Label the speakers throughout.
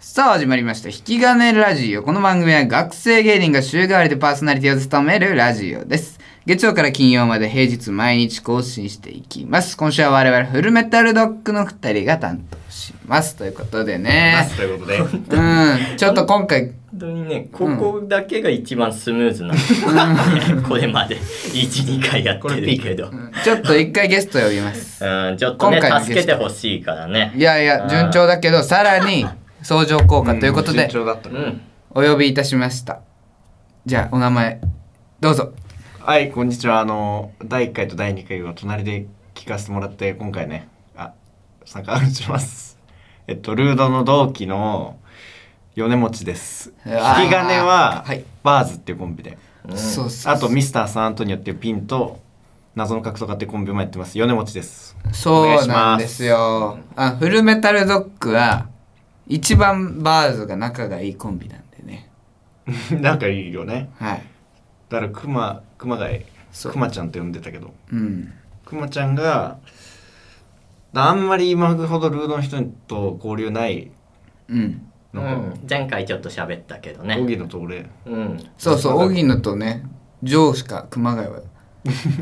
Speaker 1: さあ始まりました「引き金ラジオ」この番組は学生芸人が週替わりでパーソナリティを務めるラジオです月曜から金曜まで平日毎日更新していきます今週は我々フルメタルドッグの2人が担当しますということで
Speaker 2: ま
Speaker 1: ね
Speaker 2: すということで
Speaker 1: うんちょっと今回
Speaker 3: 本当にねここだけが一番スムーズな、これまで12回やってるけ
Speaker 1: う
Speaker 3: ど、
Speaker 1: んちょっと一回ゲスト呼びます
Speaker 3: うん、ちょっとね
Speaker 1: 今回のゲスト
Speaker 3: 助けてほしいからね
Speaker 1: いやいや順調だけどさらに相乗効果ということで
Speaker 2: 順調だった
Speaker 3: う
Speaker 2: ね
Speaker 3: ん
Speaker 1: お呼びいたしましたじゃあお名前どうぞ
Speaker 2: はいこんにちはあの第1回と第2回は隣で聞かせてもらって今回ねあ参加します えっとルードの同期の米持ちです
Speaker 1: う
Speaker 2: 引
Speaker 1: わー
Speaker 2: き金は、
Speaker 1: はい
Speaker 2: バーズっていうコンビで
Speaker 1: そうそう
Speaker 2: あとミスターサンアントニオっていうピンと謎の格闘家っていうコンビもやってます米持 ちです
Speaker 1: そうなんですよあフルメタルドッグは一番バーズが仲がいいコンビなんでね
Speaker 2: なんかいいよね
Speaker 1: はい
Speaker 2: だからクマクマが
Speaker 1: そう
Speaker 2: クマちゃんって呼んでたけど
Speaker 1: うん
Speaker 2: くまちゃんがあんまり今ほどルードの人と交流ない
Speaker 1: うん
Speaker 2: の
Speaker 3: う
Speaker 2: が、
Speaker 3: ん前回ちょっと喋ったけど
Speaker 2: オ
Speaker 3: ね
Speaker 2: ギのと俺
Speaker 3: うん
Speaker 1: そうそう荻野とねジョーしか熊谷は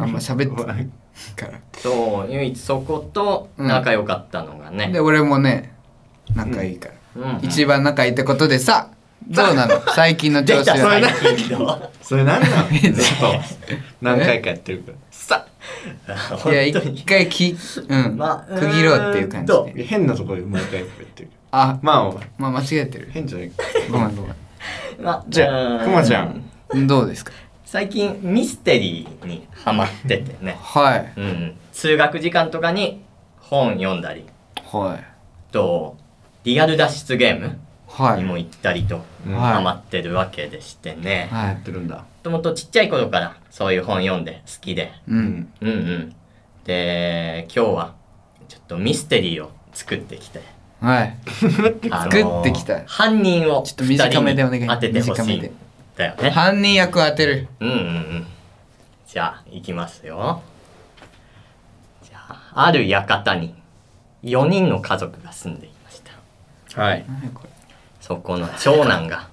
Speaker 1: あんま喋ってない から
Speaker 3: そう唯一そこと仲良かったのが
Speaker 1: で
Speaker 3: ね、
Speaker 1: 俺もね仲いいから、
Speaker 3: うん、
Speaker 1: 一番仲いいってことでさどうな の最近の調子
Speaker 3: 出た
Speaker 1: は
Speaker 3: 最近 の
Speaker 2: それ何なのずっと何回かやってるからさ
Speaker 1: い
Speaker 3: 本
Speaker 1: や
Speaker 3: 当
Speaker 1: 一
Speaker 3: に
Speaker 1: 回き、うん
Speaker 3: まあ
Speaker 1: 区切ろうっていう感じ
Speaker 3: うーん
Speaker 1: で
Speaker 2: 変なとこで毎回やってる
Speaker 1: あ
Speaker 2: まあお前
Speaker 1: まあ間違えてる
Speaker 2: 変じゃない
Speaker 1: ごめんご
Speaker 3: ま
Speaker 2: じゃあくまちゃ
Speaker 3: うん
Speaker 1: めんどうですか
Speaker 3: 最近ミステリーにハマっててね、
Speaker 1: はい
Speaker 3: うん、通学時間とかに本読んだり
Speaker 1: はい
Speaker 3: とリアル脱出ゲーム
Speaker 1: は
Speaker 3: に
Speaker 1: い
Speaker 3: も行ったりと
Speaker 2: うん
Speaker 1: はい
Speaker 3: ハマってるわけでしてねも
Speaker 1: は
Speaker 2: や
Speaker 1: い
Speaker 2: ってるんだ
Speaker 3: ともとちっちゃい頃からそういう本読んで好きで
Speaker 1: う
Speaker 2: うん
Speaker 3: うんうんで今日はちょっとミステリーを作ってきて
Speaker 1: はい
Speaker 3: あの
Speaker 1: 作ってきた
Speaker 3: 犯人を
Speaker 1: ちょっと短めでお願い
Speaker 3: 二人に当ててほ
Speaker 1: 短
Speaker 3: しい
Speaker 1: め
Speaker 3: ん
Speaker 1: で
Speaker 3: だよね
Speaker 1: 犯人役を当てる
Speaker 3: うんうんうんじゃあ行きますよじゃあある館に4人の家族が住んでいました
Speaker 2: はい
Speaker 1: 何こ
Speaker 3: そこの長男が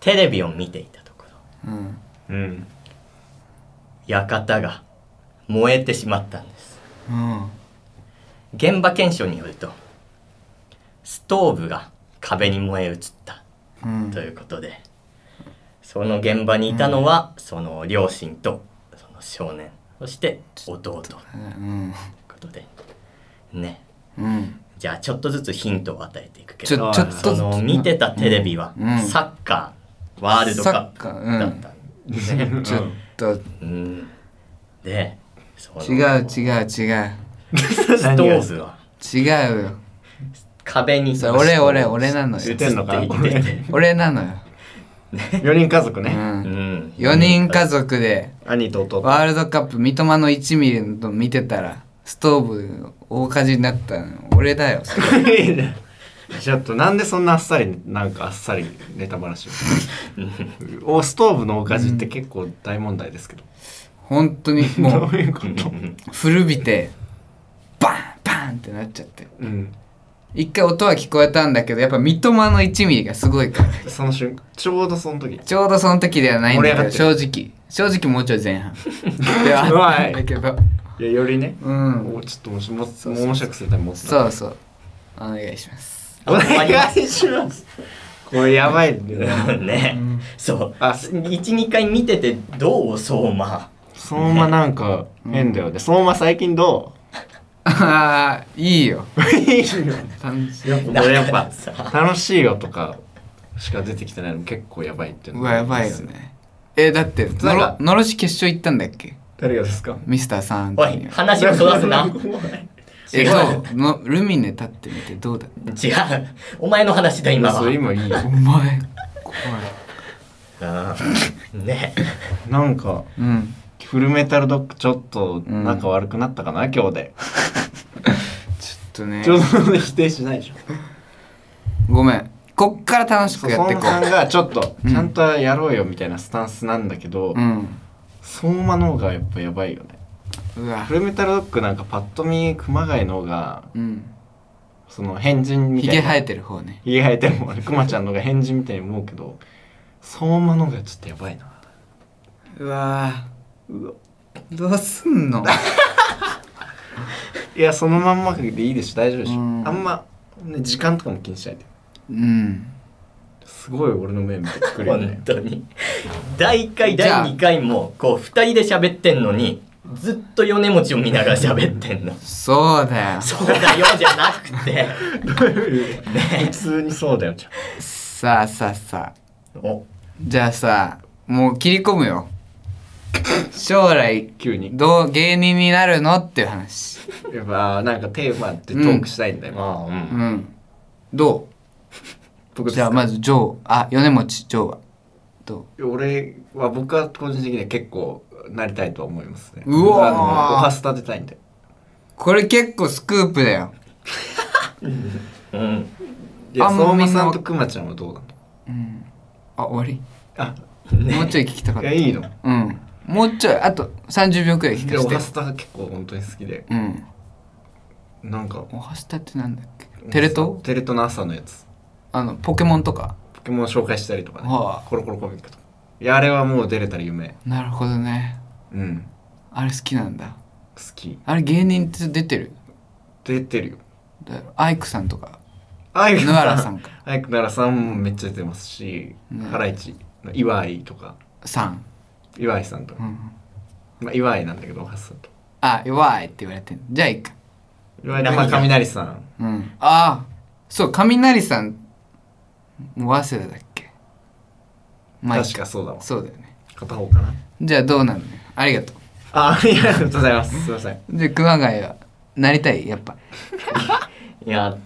Speaker 3: テレビを見ていたところ
Speaker 1: れうん
Speaker 2: うん
Speaker 3: 館が燃えてしまったんです
Speaker 1: うん
Speaker 3: 現場検証によるとストーブが壁に燃え移った
Speaker 1: うん
Speaker 3: ということで、その現場にいたのは、その両親とその少年そして弟という
Speaker 1: うん
Speaker 3: ことでね
Speaker 1: うん
Speaker 3: じゃあちょっとずつヒントを与えていくけ
Speaker 1: ち
Speaker 3: ど
Speaker 1: ょちょっ
Speaker 3: そ
Speaker 1: と
Speaker 3: の見てたテレビは、
Speaker 1: うん
Speaker 3: サッカーワールドカップ
Speaker 1: サッカーうん
Speaker 3: だったんですね、
Speaker 1: ちょっと
Speaker 3: うんでその
Speaker 1: 違う違う違う
Speaker 3: ストーブは
Speaker 1: 違うよ
Speaker 3: 壁に
Speaker 1: それ俺俺俺なのよ
Speaker 3: 映っていて
Speaker 1: 俺なのよ
Speaker 2: 4人家族
Speaker 1: う
Speaker 2: ね、
Speaker 3: うんん
Speaker 1: 4人家族で
Speaker 2: 兄と弟
Speaker 1: ワールドカップ三笘の1ミリの見てたらストーブ大火事になったの俺だよそれ
Speaker 2: ちょっとなんでそんなあっさりなんかあっさりネタ話をおストーブのおかじって結構大問題ですけど、
Speaker 1: 本当にも
Speaker 2: どういうこと、
Speaker 1: う古びてバンバンってなっちゃって
Speaker 2: うん、
Speaker 1: 一回音は聞こえたんだけどやっぱ三笘の1ミリがすごいから
Speaker 2: その瞬間ちょうどその時
Speaker 1: ちょうどその時ではないんだけど正
Speaker 2: 盛
Speaker 1: 直正直もうちょい前 半ではあったんだけど
Speaker 2: いやよりね、
Speaker 1: うん
Speaker 2: おちょっともしもも面白くするために持ってた
Speaker 1: そうそうお願いします
Speaker 2: お願いしますこれやばいんだよね
Speaker 3: ね、そう
Speaker 2: あ
Speaker 3: 12回見ててどう相馬
Speaker 2: 相馬なんか変だよね、相馬最近ど
Speaker 1: ああいいよ
Speaker 2: ういいよ
Speaker 1: 楽しい
Speaker 2: やっぱ俺やっぱ
Speaker 3: さ
Speaker 2: 楽しいよとかしか出てきてないの結構やばいっていうの
Speaker 1: うわやばいよねえだってのろのろし決勝行ったんだっけ
Speaker 2: 誰がですか
Speaker 1: ミスターさん
Speaker 3: おい話をそらすな
Speaker 1: え
Speaker 3: 違う
Speaker 1: どうのルミネ立ってみてどうだ
Speaker 3: 違うお前の話だ今は
Speaker 2: そう今いいよ
Speaker 1: お前怖い
Speaker 3: うんね
Speaker 2: なんか
Speaker 1: うん
Speaker 2: フルメタルドッグちょっと仲悪くなったかな、今日で
Speaker 1: ちょっとね
Speaker 2: ちょうど否定しな いでしょ
Speaker 1: ごめんこっから楽し
Speaker 2: そ
Speaker 1: く
Speaker 2: う
Speaker 1: やっ
Speaker 2: 相
Speaker 1: てこ
Speaker 2: 馬さん
Speaker 1: う
Speaker 2: がちょっと
Speaker 1: うん
Speaker 2: ちゃんとやろうよみたいなスタンスなんだけど、
Speaker 1: うん
Speaker 2: 相馬の方がやっぱやばいよね
Speaker 1: うわ
Speaker 2: フルメタルドッグなんかパッと見熊谷の方が
Speaker 1: うん
Speaker 2: その変人み
Speaker 1: ひ
Speaker 2: たい
Speaker 1: げ
Speaker 2: な
Speaker 1: 生えてる方ね
Speaker 2: ひげ生えてもクマちゃんのが変人みたいに思うけど相馬のがちょっとやばいな
Speaker 1: うわどうすんの
Speaker 2: いやそのまんまでいいでしょ大丈夫でしょあ
Speaker 1: うん
Speaker 2: んま、ね、時間とかも気にしない
Speaker 1: うん
Speaker 2: ですごい俺の目見てくるよね
Speaker 3: 本当に第1回第2回もこう2人で喋ってんのにずっと米持ちを見ながら喋ってんの
Speaker 1: そうだよ
Speaker 3: そうだよじゃなくて
Speaker 2: どういう 普通にそうだよじゃあ
Speaker 1: さあさあさあ
Speaker 3: お
Speaker 1: じゃあさもう切り込むよ将来
Speaker 2: 急に
Speaker 1: どう芸人になるのっていう話
Speaker 2: やっぱなんかテーマってトークしたいんだよ、
Speaker 3: まあうん
Speaker 1: うんど
Speaker 2: 僕
Speaker 1: う
Speaker 2: です
Speaker 1: じゃあまずジョーあ米持ちジョーはどう
Speaker 2: 俺は僕は個人的には結構なりたいと思いますね
Speaker 1: うわー
Speaker 2: あのおはスタ出たいんで
Speaker 1: これ結構スクープだよ
Speaker 3: うん
Speaker 2: いや
Speaker 1: あんま
Speaker 2: 相馬さ
Speaker 1: みん
Speaker 2: ん
Speaker 1: な
Speaker 2: とくまちゃんはどうなの
Speaker 1: うんあ終わ
Speaker 2: あ
Speaker 1: り、もうちょい聞きたかっ
Speaker 2: い
Speaker 1: た
Speaker 2: やいいの
Speaker 1: うんもうちょいあと30秒くらい聞
Speaker 2: いやお
Speaker 1: か
Speaker 2: は
Speaker 1: せ
Speaker 2: ス
Speaker 1: て
Speaker 2: タが結構本当に好きで
Speaker 1: うん
Speaker 2: なんか
Speaker 1: おはスタってなんだっけテレ東
Speaker 2: テレ東の朝のやつ
Speaker 1: あのポケモンとか
Speaker 2: ポケモン紹介したりとかね、
Speaker 1: はあ
Speaker 2: コロコロコミックとかいやあれはもう出れたら夢
Speaker 1: なるほどね
Speaker 2: うん
Speaker 1: あれ好きなんだ
Speaker 2: 好き
Speaker 1: あれ芸人って出てる
Speaker 2: 出てるよ
Speaker 1: だよアイクさんとか
Speaker 2: アイク
Speaker 1: 野原さんか
Speaker 2: アイク奈良さんもめっちゃ出てますし、
Speaker 1: うん
Speaker 2: ハライチの岩井とか
Speaker 1: さん、
Speaker 2: 岩井さんと
Speaker 1: う
Speaker 2: か、
Speaker 1: ん、
Speaker 2: まあ、岩井なんだけどおはスタと
Speaker 1: あ弱いって言われてんじゃあいいか
Speaker 2: 岩井とまあ雷さん
Speaker 1: うんああそう雷さんもう早稲田だっけまあいい
Speaker 2: 確かそうだわ
Speaker 1: そうだよね
Speaker 2: 片方かな
Speaker 1: じゃあどうなんだよありがとう
Speaker 2: あありがとうございますすいません
Speaker 1: で熊谷はなりたいやっぱ
Speaker 3: いや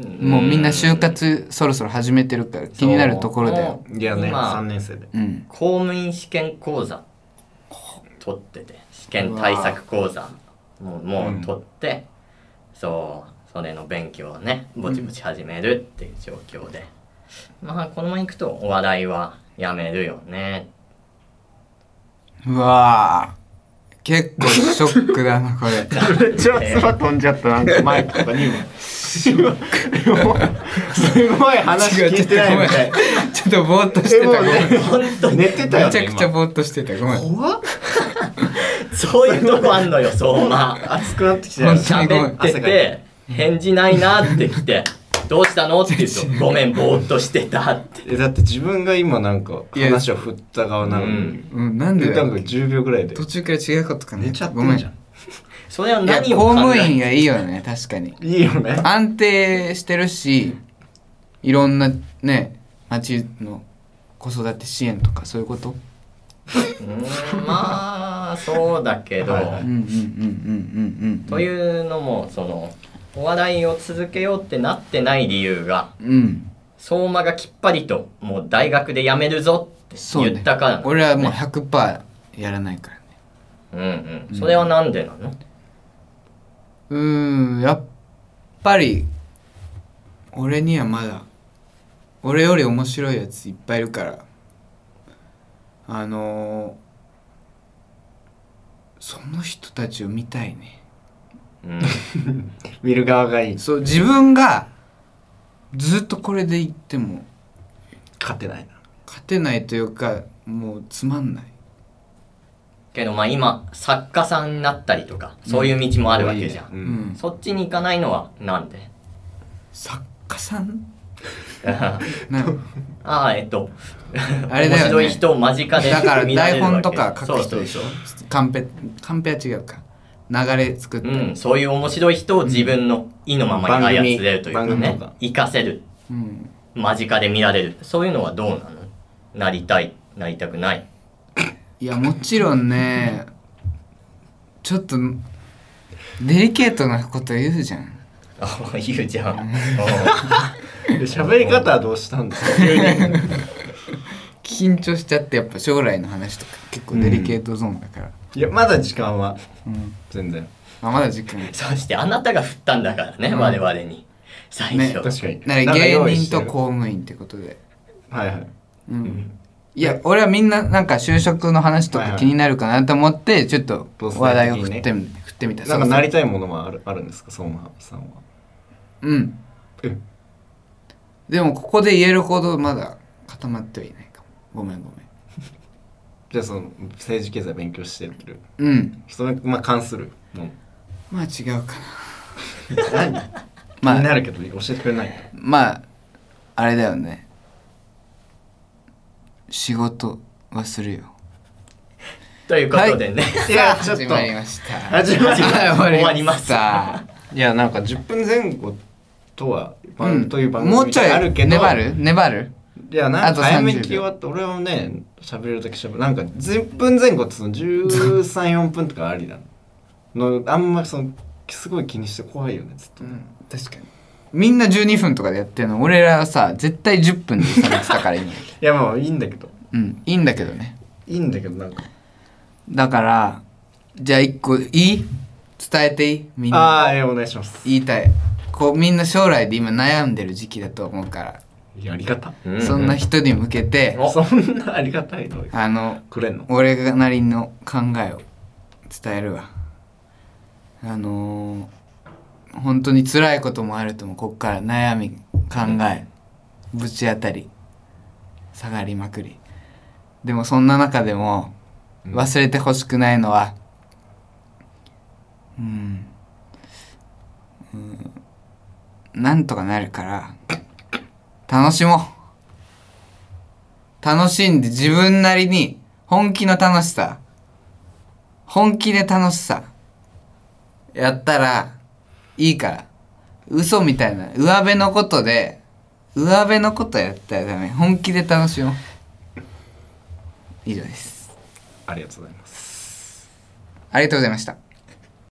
Speaker 1: もうみんな就活そろそろ始めてるから気になるところだよ
Speaker 2: いやね
Speaker 3: 今
Speaker 2: 3年生で
Speaker 1: うん
Speaker 3: 公務員試験講座取ってて試験対策講座もうもう取って、そうそれの勉強をねぼちぼち始めるっていう状況で、まあこのままいくとお笑いはやめるよね
Speaker 1: うわー結構ショックだなこ れ
Speaker 2: めっちゃ唾飛んじゃったなんかマイクとかにも すごい話聞いてないみたい
Speaker 1: ちょっとぼーっとしてたごめんめ
Speaker 3: 本当に
Speaker 2: 寝てたよ
Speaker 1: ちゃ
Speaker 2: ね
Speaker 1: くちゃ
Speaker 2: 今
Speaker 1: ぼーっとしてたごめん
Speaker 2: 怖っ
Speaker 3: そういうとこあんのよ相馬
Speaker 2: 熱くなってきて
Speaker 1: 本当に
Speaker 3: 喋って
Speaker 2: 汗か
Speaker 3: て返事ないなって来て「どうしたの?」って言うと「ごめんぼーっとしてた」って
Speaker 2: えだって自分が今なんか
Speaker 1: いや
Speaker 2: 話を振った側なのに
Speaker 1: うんなん
Speaker 2: で
Speaker 1: でだ
Speaker 2: な
Speaker 1: よ
Speaker 2: んか10秒ぐらいで
Speaker 1: 途中から違うことかね
Speaker 2: 寝ちゃって
Speaker 1: ごめ
Speaker 2: ん
Speaker 1: ん
Speaker 2: じゃん
Speaker 3: それはい
Speaker 1: や
Speaker 3: 何を
Speaker 1: 公務員
Speaker 3: や
Speaker 1: がいいよね確かに
Speaker 2: いいよね
Speaker 1: 安定してるしいろんなね町の子育て支援とかそういうこと
Speaker 3: まあそうだけど、
Speaker 2: はいは
Speaker 1: うんうんうんうんうんうん
Speaker 3: というのもそのお笑いを続けようってなってない理由が
Speaker 1: うん
Speaker 3: 相馬がきっぱりともう大学で辞めるぞって
Speaker 1: そうね
Speaker 3: 言ったから
Speaker 1: 俺はもう100%やらないからね
Speaker 3: うんうんそれはなんでなの、
Speaker 1: うーんやっぱり俺にはまだ俺より面白いやついっぱいいるからあのー、その人たちを見たいね
Speaker 3: うん、
Speaker 2: 見る側がいい
Speaker 1: そう自分がずっとこれでいっても
Speaker 2: 勝てないな
Speaker 1: 勝てないというかもうつまんない
Speaker 3: けどまあ今作家さんになったりとかそういう道もあるわけじゃん、
Speaker 2: う
Speaker 1: うん、
Speaker 2: ん
Speaker 3: そっちに行かないのはなんで
Speaker 1: 作家さん
Speaker 3: あ
Speaker 1: な
Speaker 3: あえっと
Speaker 1: あれだよね
Speaker 3: 面白い人を間近で
Speaker 1: だから
Speaker 3: 見られ
Speaker 1: 台
Speaker 3: るわ
Speaker 1: 本
Speaker 3: け
Speaker 1: とか書く人
Speaker 3: そう
Speaker 1: で
Speaker 3: そ
Speaker 1: しょ
Speaker 3: うそう
Speaker 1: カンペカンペは違うか流れ作って、
Speaker 3: うん、そういう面白い人を自分の意のままに操れるというか
Speaker 2: 番組
Speaker 3: ね
Speaker 2: とか
Speaker 3: 活かせる
Speaker 1: うん、
Speaker 3: 間近で見られるそういうのはどうなのなりたいなりたくない
Speaker 1: いやもちろんねちょっとデリケートなこと言うじゃん
Speaker 3: あ言うじゃん
Speaker 2: で喋り方はどうしたんですか
Speaker 1: 緊張しちゃってやっぱ将来の話とか結構デリケートゾーンだから、
Speaker 2: いやまだ時間は
Speaker 1: うん
Speaker 2: 全然
Speaker 1: まあ、まだ時間
Speaker 3: そしてあなたが振ったんだからね、我々に最初、
Speaker 1: ね
Speaker 2: 確かに
Speaker 1: なら
Speaker 2: なんか用
Speaker 1: 芸
Speaker 2: 意し
Speaker 1: 人と
Speaker 2: てる
Speaker 1: 公務員ってことで、
Speaker 2: はいはい
Speaker 1: うん、いや俺はみんななんか就職の話と
Speaker 2: はい
Speaker 1: か
Speaker 2: はい
Speaker 1: 気になるかなと思ってちょっと
Speaker 2: どうせ
Speaker 1: 話題を振っ
Speaker 2: 的
Speaker 1: て
Speaker 2: に
Speaker 1: み振ってみた
Speaker 2: なん
Speaker 1: そ
Speaker 2: か
Speaker 1: う
Speaker 2: なりたいものもあるあるんですか相馬さんは
Speaker 1: うん
Speaker 2: うん
Speaker 1: でもここで言えるほどまだ固まってはいないかもごめんご
Speaker 2: じゃあその政治経済勉強してる
Speaker 1: めんうん
Speaker 2: それまあ関するもの
Speaker 1: まあ違うか
Speaker 2: 何
Speaker 1: な
Speaker 2: 気に
Speaker 1: まあ
Speaker 2: なるけど教えてくれないの
Speaker 1: まああれだよね仕事はするよ
Speaker 3: ということでね、
Speaker 2: いやちょっと
Speaker 1: 始まりました
Speaker 2: 始まりま
Speaker 3: した
Speaker 1: 終わりま
Speaker 3: 終
Speaker 1: した
Speaker 2: いやなんか10分前後とは、まあ
Speaker 1: うん
Speaker 2: という番組
Speaker 1: もうちょい
Speaker 2: あるけど
Speaker 1: 粘る粘る
Speaker 2: いやな
Speaker 1: あ
Speaker 2: ん
Speaker 1: と
Speaker 2: か
Speaker 1: 30
Speaker 2: 早めに切り終わって俺はね喋れるだけ喋るなんか10分前後ってその134分とかありだのあんまそのすごい気にして怖いよねずっと、
Speaker 1: うん確かにみんな12分とかでやってるの俺らはさ絶対10分で収めてたから今
Speaker 2: いやまあいいんだけど
Speaker 1: うんいいんだけどね
Speaker 2: いいんだけどなんか
Speaker 1: だからじゃあ一個いい伝えていいみんな
Speaker 2: ああいやお願いします
Speaker 1: 言いたいこうみんな将来で今悩んでる時期だと思うから、
Speaker 2: やり方
Speaker 3: う
Speaker 1: そんな人に向けて
Speaker 3: お
Speaker 2: そんなありがたいの
Speaker 1: あの
Speaker 2: くれんの
Speaker 1: 俺なりの考えを伝えるわあのー本当に辛いこともあるともこっから悩み考えぶち当たり下がりまくりでもそんな中でも
Speaker 2: うん
Speaker 1: 忘れてほしくないのはうん、うん、なんとかなるから楽しもう楽しんで自分なりに本気の楽しさ本気で楽しさやったらいいから嘘みたいな上辺のことで上辺のことやったらダメ本気で楽しもう以上です
Speaker 2: ありがとうございます
Speaker 1: ありがとうございました